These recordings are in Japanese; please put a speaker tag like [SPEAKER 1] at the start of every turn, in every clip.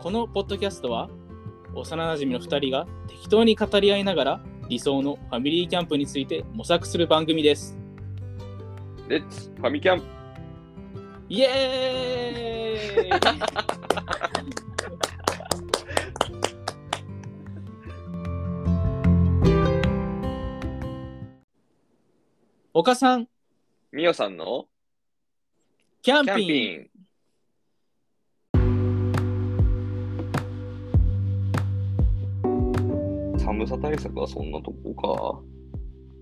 [SPEAKER 1] このポッドキャストは幼なじみの2人が適当に語り合いながら理想のファミリーキャンプについて模索する番組です
[SPEAKER 2] レッツファミキャン
[SPEAKER 1] イエーイ岡さん
[SPEAKER 2] みおさんの
[SPEAKER 1] キャン
[SPEAKER 2] キ
[SPEAKER 1] ピ
[SPEAKER 2] ャン
[SPEAKER 1] ング
[SPEAKER 2] ピング寒さ対策はそんなとこ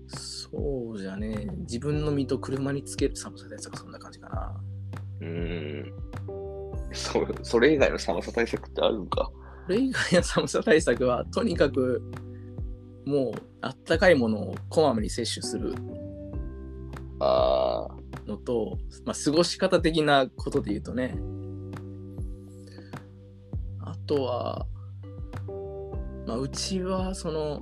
[SPEAKER 3] そうじゃね自分の身と車につける寒さ対策そんな感じかな。
[SPEAKER 2] かうーんそそれ以外の寒さ対策ってあるのか
[SPEAKER 3] これ以外の寒さ対策はとにかくもうあったかいものをこまめに摂取する
[SPEAKER 2] あ
[SPEAKER 3] のと、まあ、過ごし方的なことで言うとねあとは、まあ、うちはその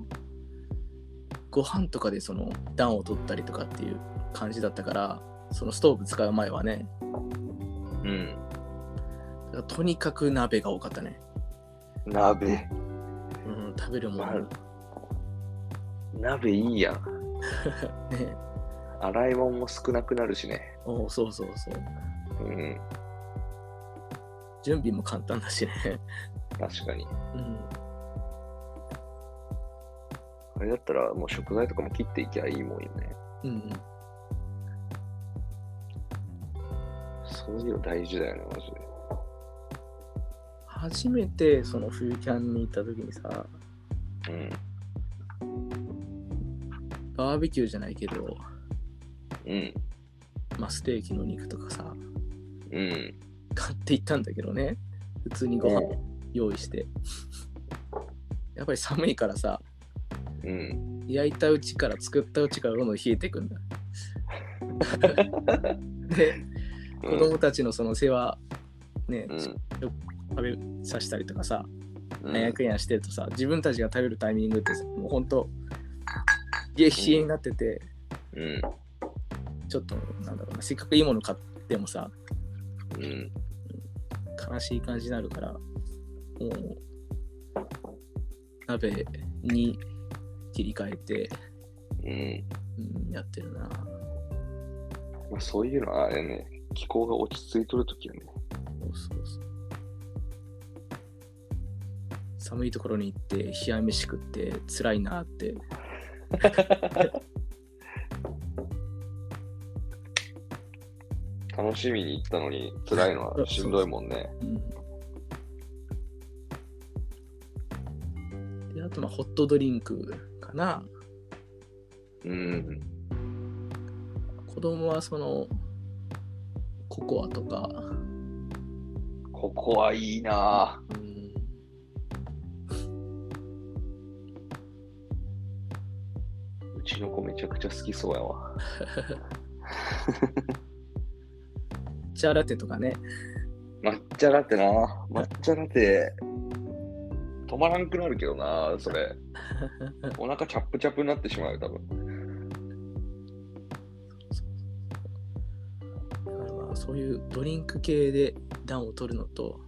[SPEAKER 3] ご飯とかでその暖を取ったりとかっていう感じだったからそのストーブ使う前はね
[SPEAKER 2] ーうん
[SPEAKER 3] だからとにかく鍋が多かったね、
[SPEAKER 2] 鍋
[SPEAKER 3] うん、食べるも
[SPEAKER 2] わ
[SPEAKER 3] の
[SPEAKER 2] か、る鍋いいやん
[SPEAKER 3] ね、
[SPEAKER 2] 洗い物も少なくなるしね
[SPEAKER 3] おうそうそうそう
[SPEAKER 2] うん
[SPEAKER 3] 準備も簡単だしね、
[SPEAKER 2] 確かに
[SPEAKER 3] うん、
[SPEAKER 2] あれだったらもう食材とかも切っていきゃいいもんよね
[SPEAKER 3] うんうん
[SPEAKER 2] そういうの大事だよねマジで
[SPEAKER 3] 初めてその冬キャンに行った時にさバーベキューじゃないけど、
[SPEAKER 2] うん。
[SPEAKER 3] まあ、ステーキの肉とかさ
[SPEAKER 2] うん。うん。
[SPEAKER 3] 買って行ったんだけどね普通にご飯用意して、やっぱり寒いからさ
[SPEAKER 2] うん。
[SPEAKER 3] 焼いたうちから作ったうちからどんどん冷えてくん だで子供たちのその世話ね、
[SPEAKER 2] うん。
[SPEAKER 3] 食べさせたりとかさ
[SPEAKER 2] うん。
[SPEAKER 3] なんやくんやしてるとさ自分たちが食べるタイミングってさもうほんと冷え冷えになってて、
[SPEAKER 2] うん。
[SPEAKER 3] ちょっとなんだろうなせっかくいいもの買ってもさ
[SPEAKER 2] うん。
[SPEAKER 3] 悲しい感じになるからもう鍋に切り替えて、
[SPEAKER 2] うん。
[SPEAKER 3] うん、やってるな
[SPEAKER 2] まあ、そういうのはあれね、気候が落ち着いとるときはね。
[SPEAKER 3] そうそうそう寒いところに行って冷や飯食って辛いなって
[SPEAKER 2] 楽しみに行ったのに辛いのはしんどいもんね。
[SPEAKER 3] うんであとまあホットドリンクかな
[SPEAKER 2] うん。
[SPEAKER 3] 子供はそのココアとか、
[SPEAKER 2] ここはいいなぁ。
[SPEAKER 3] うん、
[SPEAKER 2] うちの子めちゃくちゃ好きそうやわ。
[SPEAKER 3] チャーラテとかね
[SPEAKER 2] 抹茶ラテな抹茶ラテ。止まらんくなるけどなぁそれ。お腹チャップチャップになってしまうよ、多分。
[SPEAKER 3] だからまあそういうドリンク系で暖を取るのと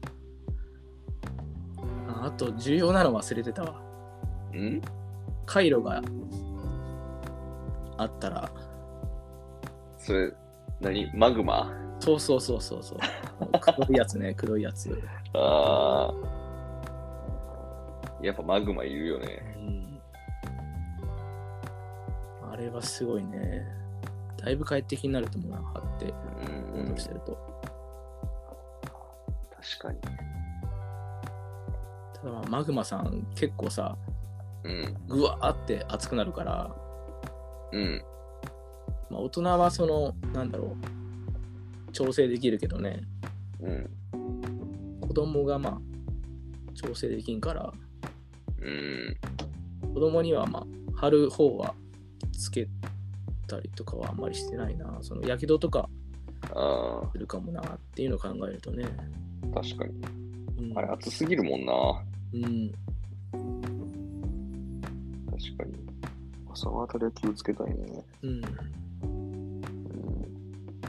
[SPEAKER 3] ああと重要なの忘れてたわ
[SPEAKER 2] うん
[SPEAKER 3] 回路があったら
[SPEAKER 2] それ、何マグマ
[SPEAKER 3] そうそうそうそうそう黒いやつ ね黒いやつ、
[SPEAKER 2] ああ。やっぱマグマいるよね。
[SPEAKER 3] うん、あれはすごいねだいぶ快適になると思うな貼って
[SPEAKER 2] うん、
[SPEAKER 3] 運
[SPEAKER 2] 確
[SPEAKER 3] 動してると、
[SPEAKER 2] かに。
[SPEAKER 3] ただまあマグマさん結構さ
[SPEAKER 2] うん、
[SPEAKER 3] ぐわーって熱くなるから
[SPEAKER 2] うん、
[SPEAKER 3] まあ、大人はそのなんだろう調整できるけどね
[SPEAKER 2] うん、
[SPEAKER 3] 子供がまあ調整できんから
[SPEAKER 2] うん。
[SPEAKER 3] 子供にはまあ貼る方はつけたりとかはあんまりしてないなそのやけどとか
[SPEAKER 2] ああ、
[SPEAKER 3] するかもなっていうのを考えるとね、
[SPEAKER 2] 確かに。
[SPEAKER 3] うん
[SPEAKER 2] あれ、暑すぎるもんな。
[SPEAKER 3] うん、
[SPEAKER 2] 確かに。そのあたりは気をつけたいね。
[SPEAKER 3] うん、
[SPEAKER 2] うん。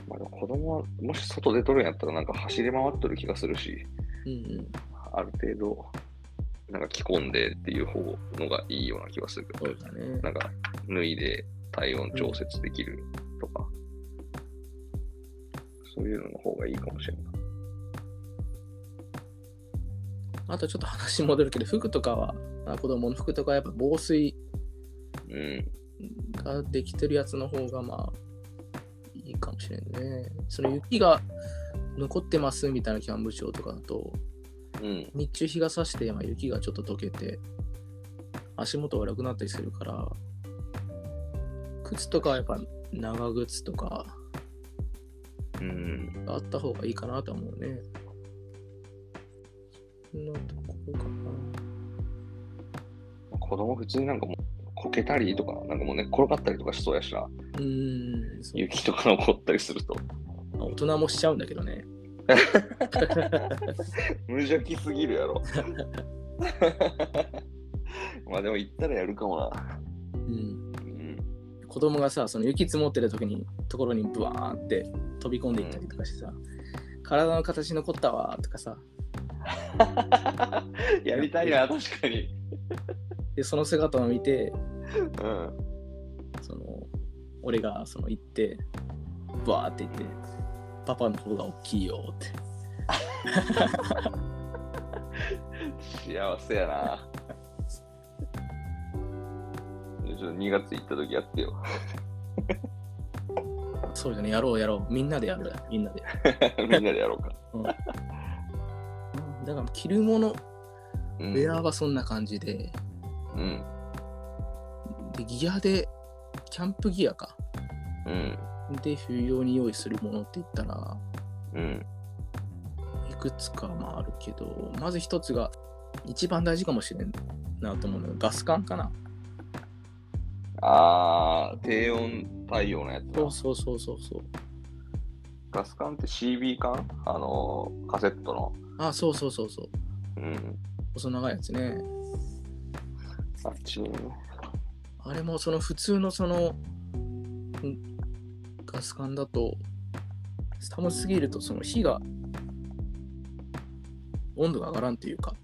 [SPEAKER 2] まあ、でも子供は、もし外出とるんやったら、なんか走り回っとる気がするし、
[SPEAKER 3] うんうん
[SPEAKER 2] ある程度、なんか着込んでっていう方のがいいような気がするけ
[SPEAKER 3] そ
[SPEAKER 2] ど
[SPEAKER 3] う、だね。
[SPEAKER 2] なんか脱いで体温調節できるとか、そういうのの方がいいかもしれない。
[SPEAKER 3] あとちょっと話戻るけど、服とかは、あ子供の服とかはやっぱ防水
[SPEAKER 2] うん、
[SPEAKER 3] ができてるやつの方がまあいいかもしれんね。その雪が残ってますみたいなキャンプ場とかだと、
[SPEAKER 2] うん、
[SPEAKER 3] 日中日が差して、まあ、雪がちょっと溶けて、足元が悪くなったりするから、靴とかはやっぱ長靴とか
[SPEAKER 2] うん、
[SPEAKER 3] があった方がいいかなとは思うね。そんなところかな。
[SPEAKER 2] 子供普通になんかもうこけたりとか、なんかもうね、転がったりとかしそうやしな、
[SPEAKER 3] うーん、そう
[SPEAKER 2] 雪とか残ったりすると、
[SPEAKER 3] まあ大人もしちゃうんだけどね。
[SPEAKER 2] 無邪気すぎるや ろ。まあでも行ったらやるかもな。
[SPEAKER 3] うん
[SPEAKER 2] うん、
[SPEAKER 3] 子供がさその雪積もってる時にところにブワーンって飛び込んでいったりとかしてさ、体の形残ったわーとかさ
[SPEAKER 2] やりたいな、確かに。
[SPEAKER 3] でその姿を見て
[SPEAKER 2] うん、
[SPEAKER 3] その俺がその行ってブワーって行ってパパの方が大きいよって
[SPEAKER 2] 幸せやな。 ちょっと2月行った時やってよ。
[SPEAKER 3] そうじゃねやろうやろうみんなでやるみんなで、
[SPEAKER 2] みんなでやろうか。
[SPEAKER 3] うん、だから着るもの
[SPEAKER 2] う
[SPEAKER 3] ウ
[SPEAKER 2] ん
[SPEAKER 3] ェアはそんな感じで
[SPEAKER 2] うん。
[SPEAKER 3] でギアでキャンプギアか
[SPEAKER 2] うん。
[SPEAKER 3] で冬用に用意するものって言ったら
[SPEAKER 2] うん。
[SPEAKER 3] いくつかまああるけど、まず一つが一番大事かもしれんなと思うのがガス管かな。
[SPEAKER 2] あー、低温対応のやつだ
[SPEAKER 3] そうそうそうそうそう。
[SPEAKER 2] ガス管って CB 管あのー、カセットの。
[SPEAKER 3] あ、そうそうそうそう。
[SPEAKER 2] うん。
[SPEAKER 3] 細長いやつね。
[SPEAKER 2] あっちのね。
[SPEAKER 3] あれもその普通のそのんガス管だと寒すぎるとその火が温度が上がらんというか、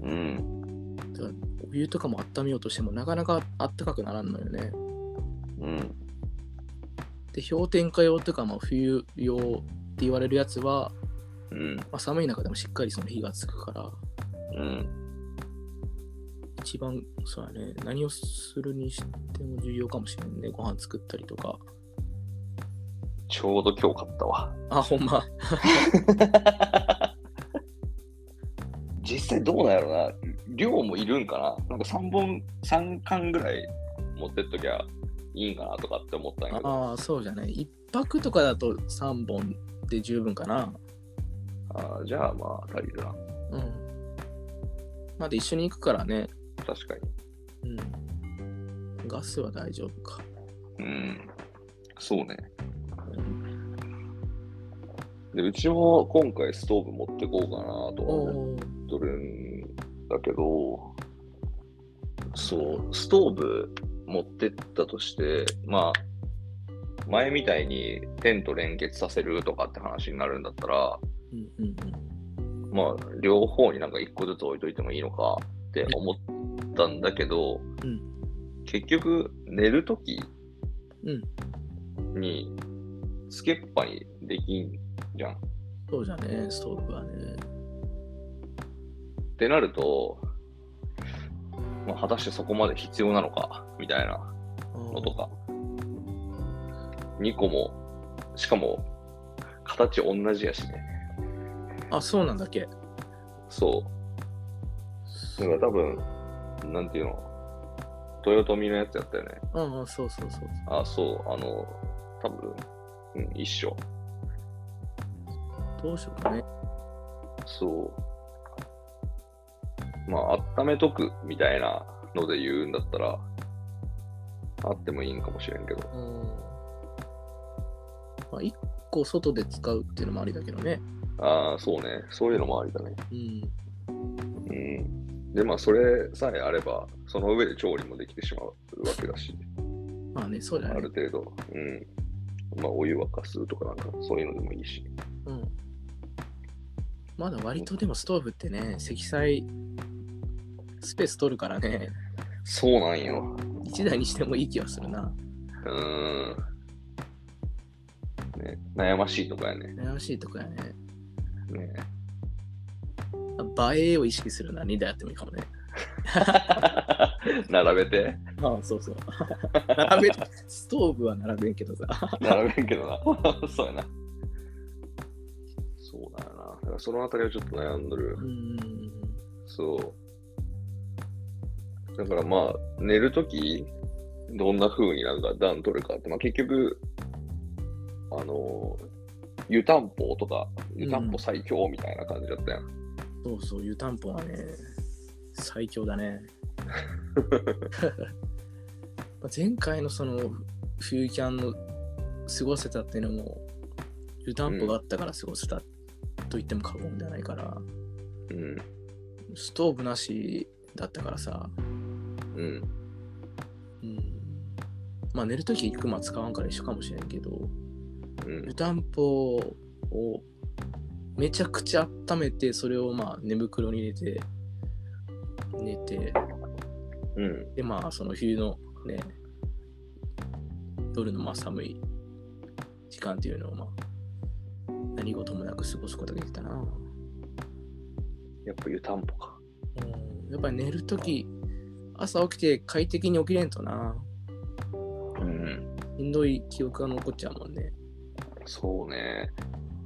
[SPEAKER 2] うん。
[SPEAKER 3] お湯とかも温めようとしてもなかなかあったかくならんのよね。
[SPEAKER 2] うん。
[SPEAKER 3] で、氷点下用とかも冬用って言われるやつは、
[SPEAKER 2] うん。
[SPEAKER 3] まあ、寒い中でもしっかりその火がつくから、
[SPEAKER 2] うん。
[SPEAKER 3] 一番そうだね何をするにしても重要かもしれんねご飯作ったりとか
[SPEAKER 2] ちょうど今日買ったわ。
[SPEAKER 3] あほんま
[SPEAKER 2] 実際どうなんやろな。量もいるんかななんか3本、3缶ぐらい持ってっときゃいいんかなとかって思ったんやけど。
[SPEAKER 3] ああそうじゃない一泊とかだと3本で十分かな
[SPEAKER 2] あーじゃあまあ足りるな。
[SPEAKER 3] うんまあで一緒に行くからね
[SPEAKER 2] 確か
[SPEAKER 3] うんガスは大丈夫か
[SPEAKER 2] に。うん。そうね。で、うちも今回ストーブ持ってこうかなとは
[SPEAKER 3] お
[SPEAKER 2] 思っ
[SPEAKER 3] お
[SPEAKER 2] とるんだけど、そう、ストーブ持ってったとして、まあ、前みたいにテント連結させるとかって話になるんだったら、
[SPEAKER 3] うんうんうん
[SPEAKER 2] まあ、両方になんか一個ずつ置いといてもいいのかって思ったんだけど、
[SPEAKER 3] うん
[SPEAKER 2] 結局、寝るとき
[SPEAKER 3] うん
[SPEAKER 2] に、つけっぱにできんじゃん。
[SPEAKER 3] そうじゃねストーブはね
[SPEAKER 2] ってなると、まあ、果たしてそこまで必要なのかみたいな
[SPEAKER 3] あー
[SPEAKER 2] のとか、2個も、しかも形同じやしね。
[SPEAKER 3] あそうなんだっけ
[SPEAKER 2] そう。だから多分、なんていうの、豊臣のやつやったよね。
[SPEAKER 3] うんうんそうそうそう
[SPEAKER 2] あ、そう、あの、多分、うん、一緒。
[SPEAKER 3] どうしようかね
[SPEAKER 2] そう。まあ、温めとくみたいなので言うんだったら、あってもいいんかもしれんけど。
[SPEAKER 3] うんまあ1個外で使うっていうのもありだけどね
[SPEAKER 2] ああ、そうね。そういうのもありだね。
[SPEAKER 3] うん
[SPEAKER 2] うん。で、まあ、それさえあれば、その上で調理もできてしまうわけだし、
[SPEAKER 3] まあね、そうだ
[SPEAKER 2] あ
[SPEAKER 3] よね
[SPEAKER 2] る。程度、うん。まあ、お湯沸かすとかなんか、そういうのでもいいし。
[SPEAKER 3] うん。まだ割とでもストーブってね、積載スペース取るからね、
[SPEAKER 2] そうなんよ。
[SPEAKER 3] 1台にしてもいい気はするな。
[SPEAKER 2] うーん。ね、悩ましいとこやね。
[SPEAKER 3] 悩ましいとこやね。
[SPEAKER 2] ね
[SPEAKER 3] あ映えを意識するな、2台あってもいいかもね。
[SPEAKER 2] 並べて。
[SPEAKER 3] ああ、そうそう。並べストーブは並べんけどさ。
[SPEAKER 2] 並べんけどな。 そうやな。そうだよな。だからそのあたりはちょっと悩んどる
[SPEAKER 3] う。ん。
[SPEAKER 2] そう。だからまあ、寝るとき、どんな風になんか暖取るかって、まあ結局、あのー、湯たんぽとか、湯たんぽ最強みたいな感じだったやん。
[SPEAKER 3] そうそう、湯たんぽはね、最強だね。まあ前回のその冬キャンの過ごせたっていうのも、湯たんぽがあったから過ごせたと言っても過言ではないから、
[SPEAKER 2] うん。
[SPEAKER 3] ストーブなしだったからさ、
[SPEAKER 2] うん。
[SPEAKER 3] うん、まあ寝るときクマ使わんから一緒かもしれんけど、
[SPEAKER 2] うん
[SPEAKER 3] 湯。たんぽをめちゃくちゃ温めて、それをまあ寝袋に入れて、寝て、
[SPEAKER 2] うん。
[SPEAKER 3] でまあその冬のね夜のまあ寒い時間っていうのをまあ何事もなく過ごすことができたな、
[SPEAKER 2] やっぱ湯たんぽか。
[SPEAKER 3] やっぱり寝るとき朝起きて快適に起きれんとな
[SPEAKER 2] うん。
[SPEAKER 3] しんどい記憶が残っちゃうもんね
[SPEAKER 2] そうね。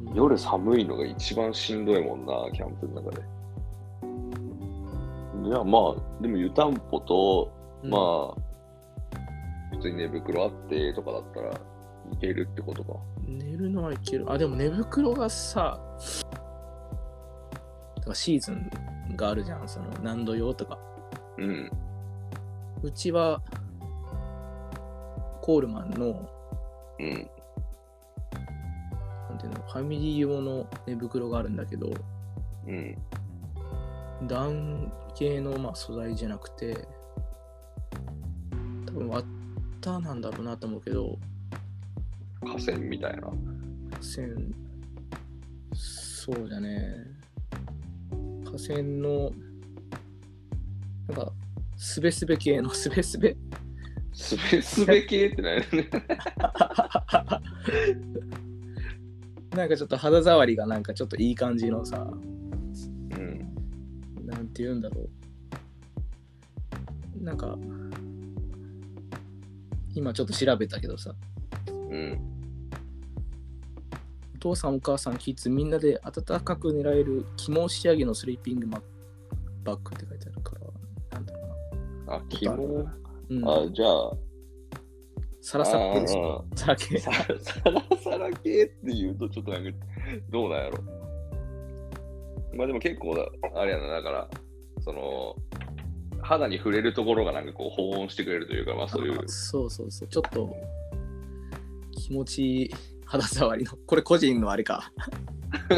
[SPEAKER 3] うん
[SPEAKER 2] 夜寒いのが一番しんどいもんな、キャンプの中で。いや、まあ、でも湯たんぽと、
[SPEAKER 3] うん
[SPEAKER 2] まあ、普通に寝袋あってとかだったらいけるってことか。
[SPEAKER 3] 寝るのはいけるあでも寝袋がさだからシーズンがあるじゃんその何度用とか
[SPEAKER 2] うん。
[SPEAKER 3] うちはコールマンの
[SPEAKER 2] うん。
[SPEAKER 3] なんていうのファミリー用の寝袋があるんだけど、
[SPEAKER 2] うん。
[SPEAKER 3] ダウン系のまあ素材じゃなくて、多分ワッタなんだろうなと思うけど、
[SPEAKER 2] 河川みたいな。
[SPEAKER 3] 線、そうだね。河川の、なんか、すべすべ系のすべすべ
[SPEAKER 2] すべすべ系ってないね。
[SPEAKER 3] なんかちょっと肌触りがなんかちょっといい感じのさ、
[SPEAKER 2] うん。
[SPEAKER 3] なんて言うんだろう。なんか、今ちょっと調べたけどさ、
[SPEAKER 2] うん。
[SPEAKER 3] お父さんお母さんキッズみんなで暖かく寝られる肝仕上げのスリーピングマバッグって書いてあるから、なんだろ
[SPEAKER 2] あ、肝。
[SPEAKER 3] うな。うん、
[SPEAKER 2] あ、じゃあ、
[SPEAKER 3] サラサラ系ですよ。
[SPEAKER 2] あ
[SPEAKER 3] サラ 系。
[SPEAKER 2] サラサラサラ系っていうとちょっとなんかどうなんやろまあでも結構だあれやなだからその肌に触れるところがなんかこう保温してくれるというかまあそういう
[SPEAKER 3] あそうそうそう。ちょっと気持ちいい肌触りの。これ個人のあれか。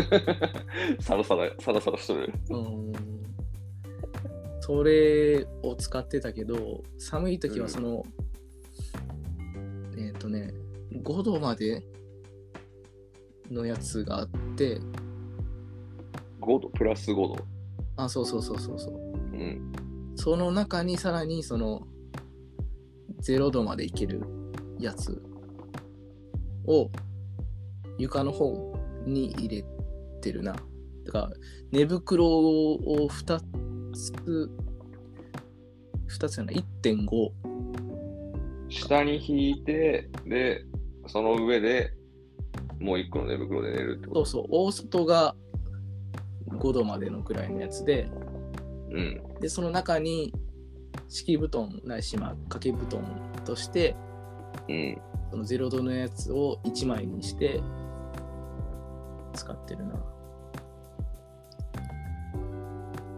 [SPEAKER 2] サラサラサラサラしとる
[SPEAKER 3] うーん。それを使ってたけど、寒い時はその、えっ、とね、5度までのやつがあって、
[SPEAKER 2] 5度プラス5度
[SPEAKER 3] あ、そうそうそうそうそう。
[SPEAKER 2] うん
[SPEAKER 3] その中にさらにその0度までいけるやつを床の方に入れてるな。だから寝袋を2つ、2つじゃない、1.5。
[SPEAKER 2] 下に引いてでその上でもう1個の寝袋で寝るってこ
[SPEAKER 3] そ
[SPEAKER 2] と
[SPEAKER 3] うそう、大外が5度までのくらいのやつで、
[SPEAKER 2] うん
[SPEAKER 3] で、その中に敷布団ないし、まあ掛け布団として、
[SPEAKER 2] うん
[SPEAKER 3] その0度のやつを1枚にして使ってるな。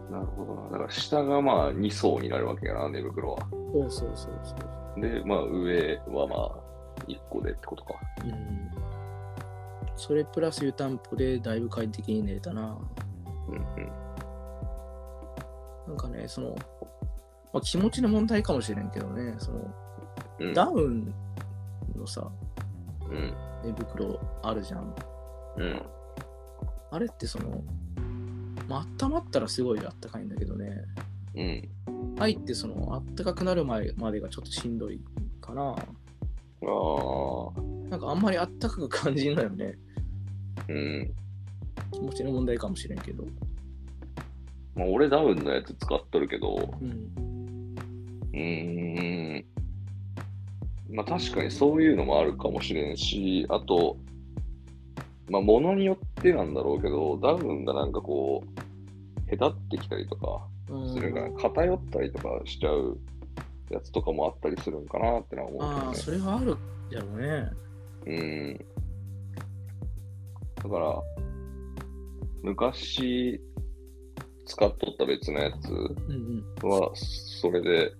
[SPEAKER 2] なるほどなだから下がまあ2層になるわけやな寝袋は
[SPEAKER 3] そうそうそうそう。
[SPEAKER 2] で、まあ、上はまあ、1個でってことか。
[SPEAKER 3] うん。それプラス湯たんぽでだいぶ快適に寝れたな。
[SPEAKER 2] うんうん。
[SPEAKER 3] なんかね、その、まあ、気持ちの問題かもしれんけどね、その、
[SPEAKER 2] うん、
[SPEAKER 3] ダウンのさ、
[SPEAKER 2] うん。
[SPEAKER 3] 寝袋あるじゃん。
[SPEAKER 2] うん。
[SPEAKER 3] あれってその、まあ、温まったらすごいあったかいんだけどね。
[SPEAKER 2] うん。
[SPEAKER 3] 愛ってその、あったかくなる前までがちょっとしんどいかな。
[SPEAKER 2] ああ、
[SPEAKER 3] なんかあんまりあったかく感じないよね。
[SPEAKER 2] うん。
[SPEAKER 3] 気持ちの問題かもしれんけど。
[SPEAKER 2] まあ、俺ダウンのやつ使っとるけど、
[SPEAKER 3] うん。
[SPEAKER 2] うーん。まあ確かにそういうのもあるかもしれんし、あと、まあ物によってなんだろうけど、ダウンがなんかこう、へたってきたりとか
[SPEAKER 3] うん
[SPEAKER 2] するんかな、偏ったりとかしちゃうやつとかもあったりするんかなってのは思うけど
[SPEAKER 3] あ
[SPEAKER 2] ね
[SPEAKER 3] あ、。それはあるやろうね。
[SPEAKER 2] うん。だから、昔使っとった別のやつ
[SPEAKER 3] うんうん。
[SPEAKER 2] は、それで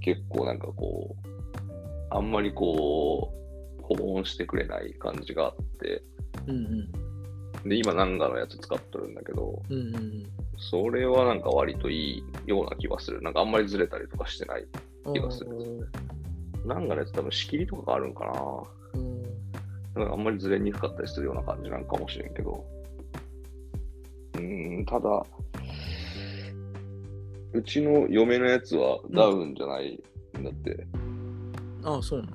[SPEAKER 2] 結構なんかこう、あんまりこう、保温してくれない感じがあって、
[SPEAKER 3] うん
[SPEAKER 2] で、今、ナンガのやつ使っとるんだけど、
[SPEAKER 3] うん。うんうん
[SPEAKER 2] それはなんか割といいような気がする。なんかあんまりずれたりとかしてない。
[SPEAKER 3] うん。
[SPEAKER 2] 気がするナンガのやつ多分仕切りとかがあるんか
[SPEAKER 3] うん
[SPEAKER 2] な。なんかあんまりずれにくかったりするような感じなんかもしれんけど。うーん、ただ、うちの嫁のやつはダウンじゃないんだって。
[SPEAKER 3] ああ、そうなの。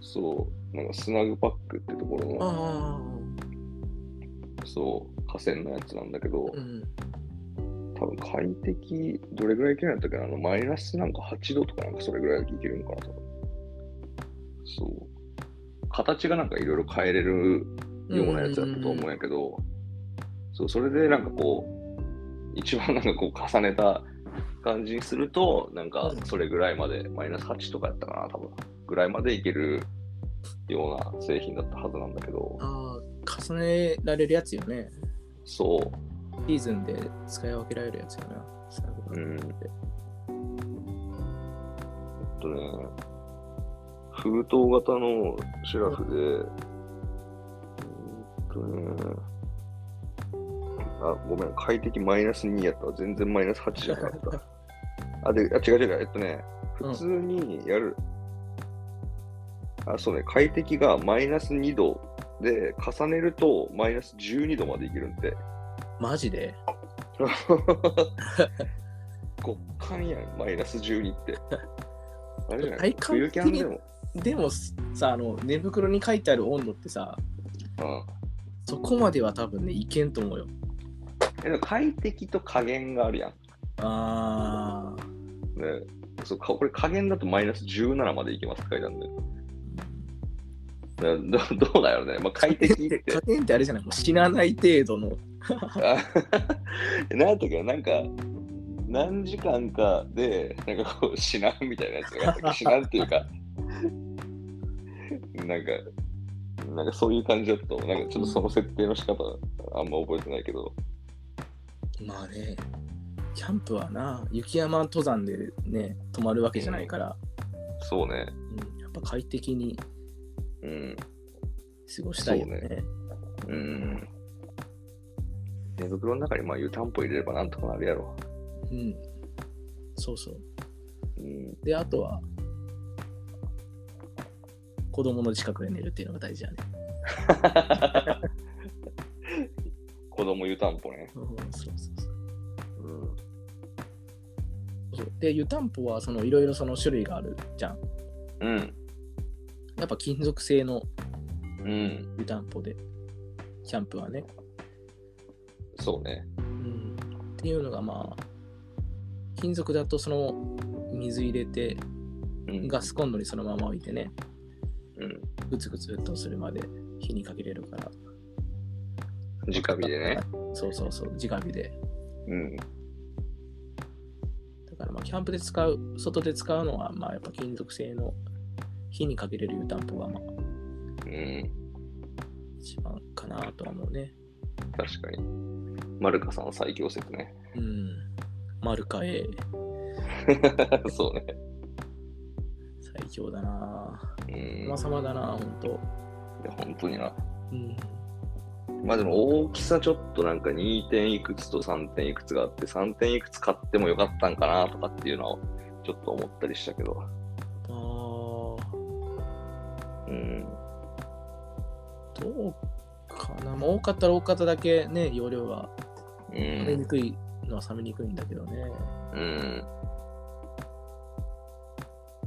[SPEAKER 2] そう、なんかスナグパックってところの、
[SPEAKER 3] あ
[SPEAKER 2] そう、河川のやつなんだけど、
[SPEAKER 3] あ、うん。
[SPEAKER 2] 多分快適、どれぐらいいけないんだっけな、あのマイナスなんか8度とかなんかそれぐらいいけるんかな、多分。そう。形がなんかいろいろ変えれるようなやつだったと思うんやけど、そう、それでなんかこう、一番なんかこう重ねた感じにすると、なんかそれぐらいまで、マイナス8とかやったかな、多分。ぐらいまでいけるような製品だったはずなんだけど。
[SPEAKER 3] ああ、重ねられるやつよね。
[SPEAKER 2] そ
[SPEAKER 3] シーズンで使い分けられるやつよな。
[SPEAKER 2] う。うん。えっとね、封筒型のシュラフで、うんとね、あ、ごめん、快適マイナス2やったわ。全然マイナス8じゃなかった。あ、で、あ、違う違う、えっとね、
[SPEAKER 3] うん
[SPEAKER 2] 普通にやる、あ、そうね、快適がマイナス2度で、重ねるとマイナス12度までいけるんで。
[SPEAKER 3] マジで
[SPEAKER 2] 極寒やん、マイナス12って。 あれじゃな
[SPEAKER 3] 体
[SPEAKER 2] い
[SPEAKER 3] 感
[SPEAKER 2] 冬キャンでも。
[SPEAKER 3] でもさ、あの、寝袋に書いてある温度ってさ、
[SPEAKER 2] うん、
[SPEAKER 3] そこまでは多分ね、いけんと思うよ。
[SPEAKER 2] えでも快適と加減があるやん。
[SPEAKER 3] ああ。
[SPEAKER 2] ね、そうかこれ加減だとマイナス17までいけますって書いてあるんだよ。ねど どうだよね、まあ、快適って。
[SPEAKER 3] 加減ってあれじゃないもう死なない程度の。
[SPEAKER 2] あなんやったっけな、なんか、何時間かで、なんかこう、死なんみたいなやつがあ ったっけ、死なんっていうか、なんか、なんかそういう感じだったと思う。なんかちょっとその設定の仕方、あんま覚えてないけど、
[SPEAKER 3] まあね、キャンプはな、雪山登山でね、泊まるわけじゃないから、
[SPEAKER 2] そうね。
[SPEAKER 3] うん、やっぱ快適に
[SPEAKER 2] うん。
[SPEAKER 3] 過ごしたいよね。
[SPEAKER 2] そううん。寝袋の中にまあ湯たんぽ入れればなんとかなるやろ。
[SPEAKER 3] うん。そうそう。
[SPEAKER 2] うん。
[SPEAKER 3] で、あとは、子供の近くで寝るっていうのが大事だね。
[SPEAKER 2] 子供湯たんぽね。
[SPEAKER 3] うん、そうそうそう
[SPEAKER 2] うん。
[SPEAKER 3] そう。で、湯たんぽはそのいろいろその種類があるじゃん。
[SPEAKER 2] うん。
[SPEAKER 3] やっぱ金属製の
[SPEAKER 2] うん。
[SPEAKER 3] 湯たんぽで、キャンプはね。
[SPEAKER 2] そうね。
[SPEAKER 3] うん。っていうのがまあ、金属だとその水入れて、
[SPEAKER 2] うん。
[SPEAKER 3] ガスコンロにそのまま置いてね、
[SPEAKER 2] うん。
[SPEAKER 3] グツグツとするまで火にかけれるから。
[SPEAKER 2] 直火でね。
[SPEAKER 3] そうそうそう、直火で。
[SPEAKER 2] うん。
[SPEAKER 3] だからまあキャンプで使う、外で使うのはまあやっぱ金属製の火にかけれる湯たんぽがまあ
[SPEAKER 2] うん。
[SPEAKER 3] 一番かなとは思うね。
[SPEAKER 2] 確かに。マルカさんは最強説ね。
[SPEAKER 3] うん。マルカ A、
[SPEAKER 2] そうね。
[SPEAKER 3] 最強だな。
[SPEAKER 2] うん。い
[SPEAKER 3] ま様だな、ほんと。
[SPEAKER 2] や、本当にな。
[SPEAKER 3] うん。
[SPEAKER 2] まあでも大きさちょっとなんか2点いくつと3点いくつがあって、3点いくつ買ってもよかったんかなとかっていうのをちょっと思ったりしたけど。
[SPEAKER 3] あー
[SPEAKER 2] うん。
[SPEAKER 3] どうかな。まあ、多かったら多かっただけね、容量が
[SPEAKER 2] う
[SPEAKER 3] 冷めに
[SPEAKER 2] ん。
[SPEAKER 3] くいのは冷めにくいんだけどね。
[SPEAKER 2] うん。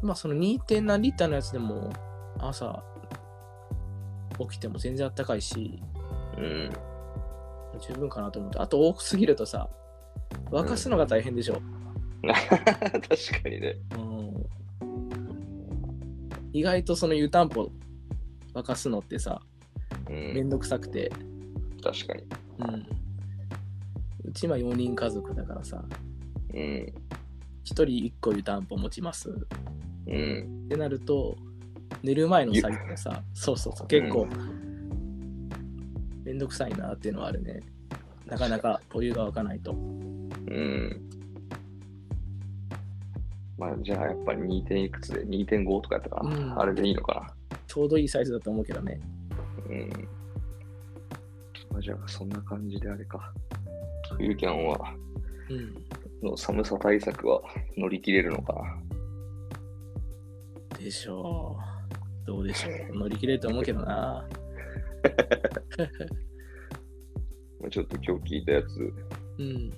[SPEAKER 3] まあその 2. 何リッターのやつでも朝起きても全然あったかいし、
[SPEAKER 2] うん。
[SPEAKER 3] 十分かなと思って。あと多すぎるとさ、沸かすのが大変でしょ。
[SPEAKER 2] 確かにね。
[SPEAKER 3] うん意外とその湯たんぽ沸かすのってさ、
[SPEAKER 2] う
[SPEAKER 3] めん
[SPEAKER 2] ん。
[SPEAKER 3] どくさくて、
[SPEAKER 2] 確かに。
[SPEAKER 3] うん。うち今4人家族だからさ、
[SPEAKER 2] うん。
[SPEAKER 3] 1人1個湯たんぽ持ちます。
[SPEAKER 2] うん。
[SPEAKER 3] ってなると寝る前の作業がさそうそうそう結構めんどくさいなっていうのはあるねなかなかお湯が沸かないと
[SPEAKER 2] うん。まあ、じゃあ、やっぱり 2. 点いくつで、2.5とかやったかな。
[SPEAKER 3] うん
[SPEAKER 2] あれでいいのか
[SPEAKER 3] ちょうどいいサイズだと思うけどね
[SPEAKER 2] な。うん。まあ、じゃあ、そんな感じであれか。冬キャンは、
[SPEAKER 3] うん
[SPEAKER 2] の寒さ対策は乗り切れるのかな。
[SPEAKER 3] でしょうどうでしょう乗り切れると思うけどな
[SPEAKER 2] まあちょっと今日聞いたやつ
[SPEAKER 3] うん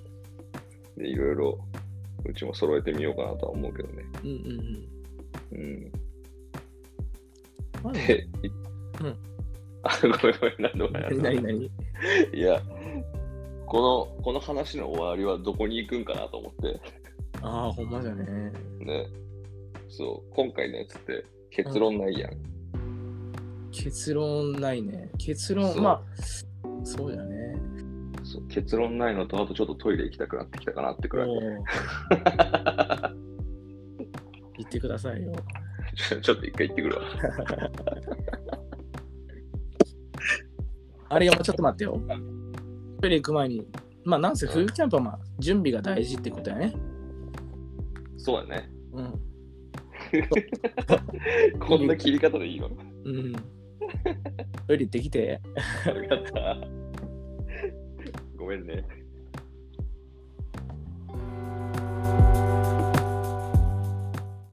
[SPEAKER 3] うん
[SPEAKER 2] で、いろいろ、うちも揃えてみようかなとは思うけどね。
[SPEAKER 3] うんうん
[SPEAKER 2] うん。
[SPEAKER 3] まあね
[SPEAKER 2] で、い
[SPEAKER 3] うん。
[SPEAKER 2] あ、ごめんごめん、なんでもない
[SPEAKER 3] 何 何何
[SPEAKER 2] いや、この、この話の終わりはどこに行くんかなと思って、
[SPEAKER 3] ああほんまじゃね
[SPEAKER 2] ね。そう、今回のやつって結論ないやん。
[SPEAKER 3] 結論ないね結論
[SPEAKER 2] そう
[SPEAKER 3] まあそうだね
[SPEAKER 2] そう結論ないのと、あとちょっとトイレ行きたくなってきたかなってく
[SPEAKER 3] お
[SPEAKER 2] らい。
[SPEAKER 3] お 言ってくださいよ
[SPEAKER 2] ちょちょっと一回行ってくるわ。
[SPEAKER 3] あれよ、ちょっと待ってよ。トイレ行く前に、まあ、なんせ冬キャンプはまあ準備が大事ってことやね。
[SPEAKER 2] そう だね。
[SPEAKER 3] うん。
[SPEAKER 2] こんな切り方でいいの
[SPEAKER 3] うん。トイレ行ってきて。
[SPEAKER 2] 悪かった。ごめんね。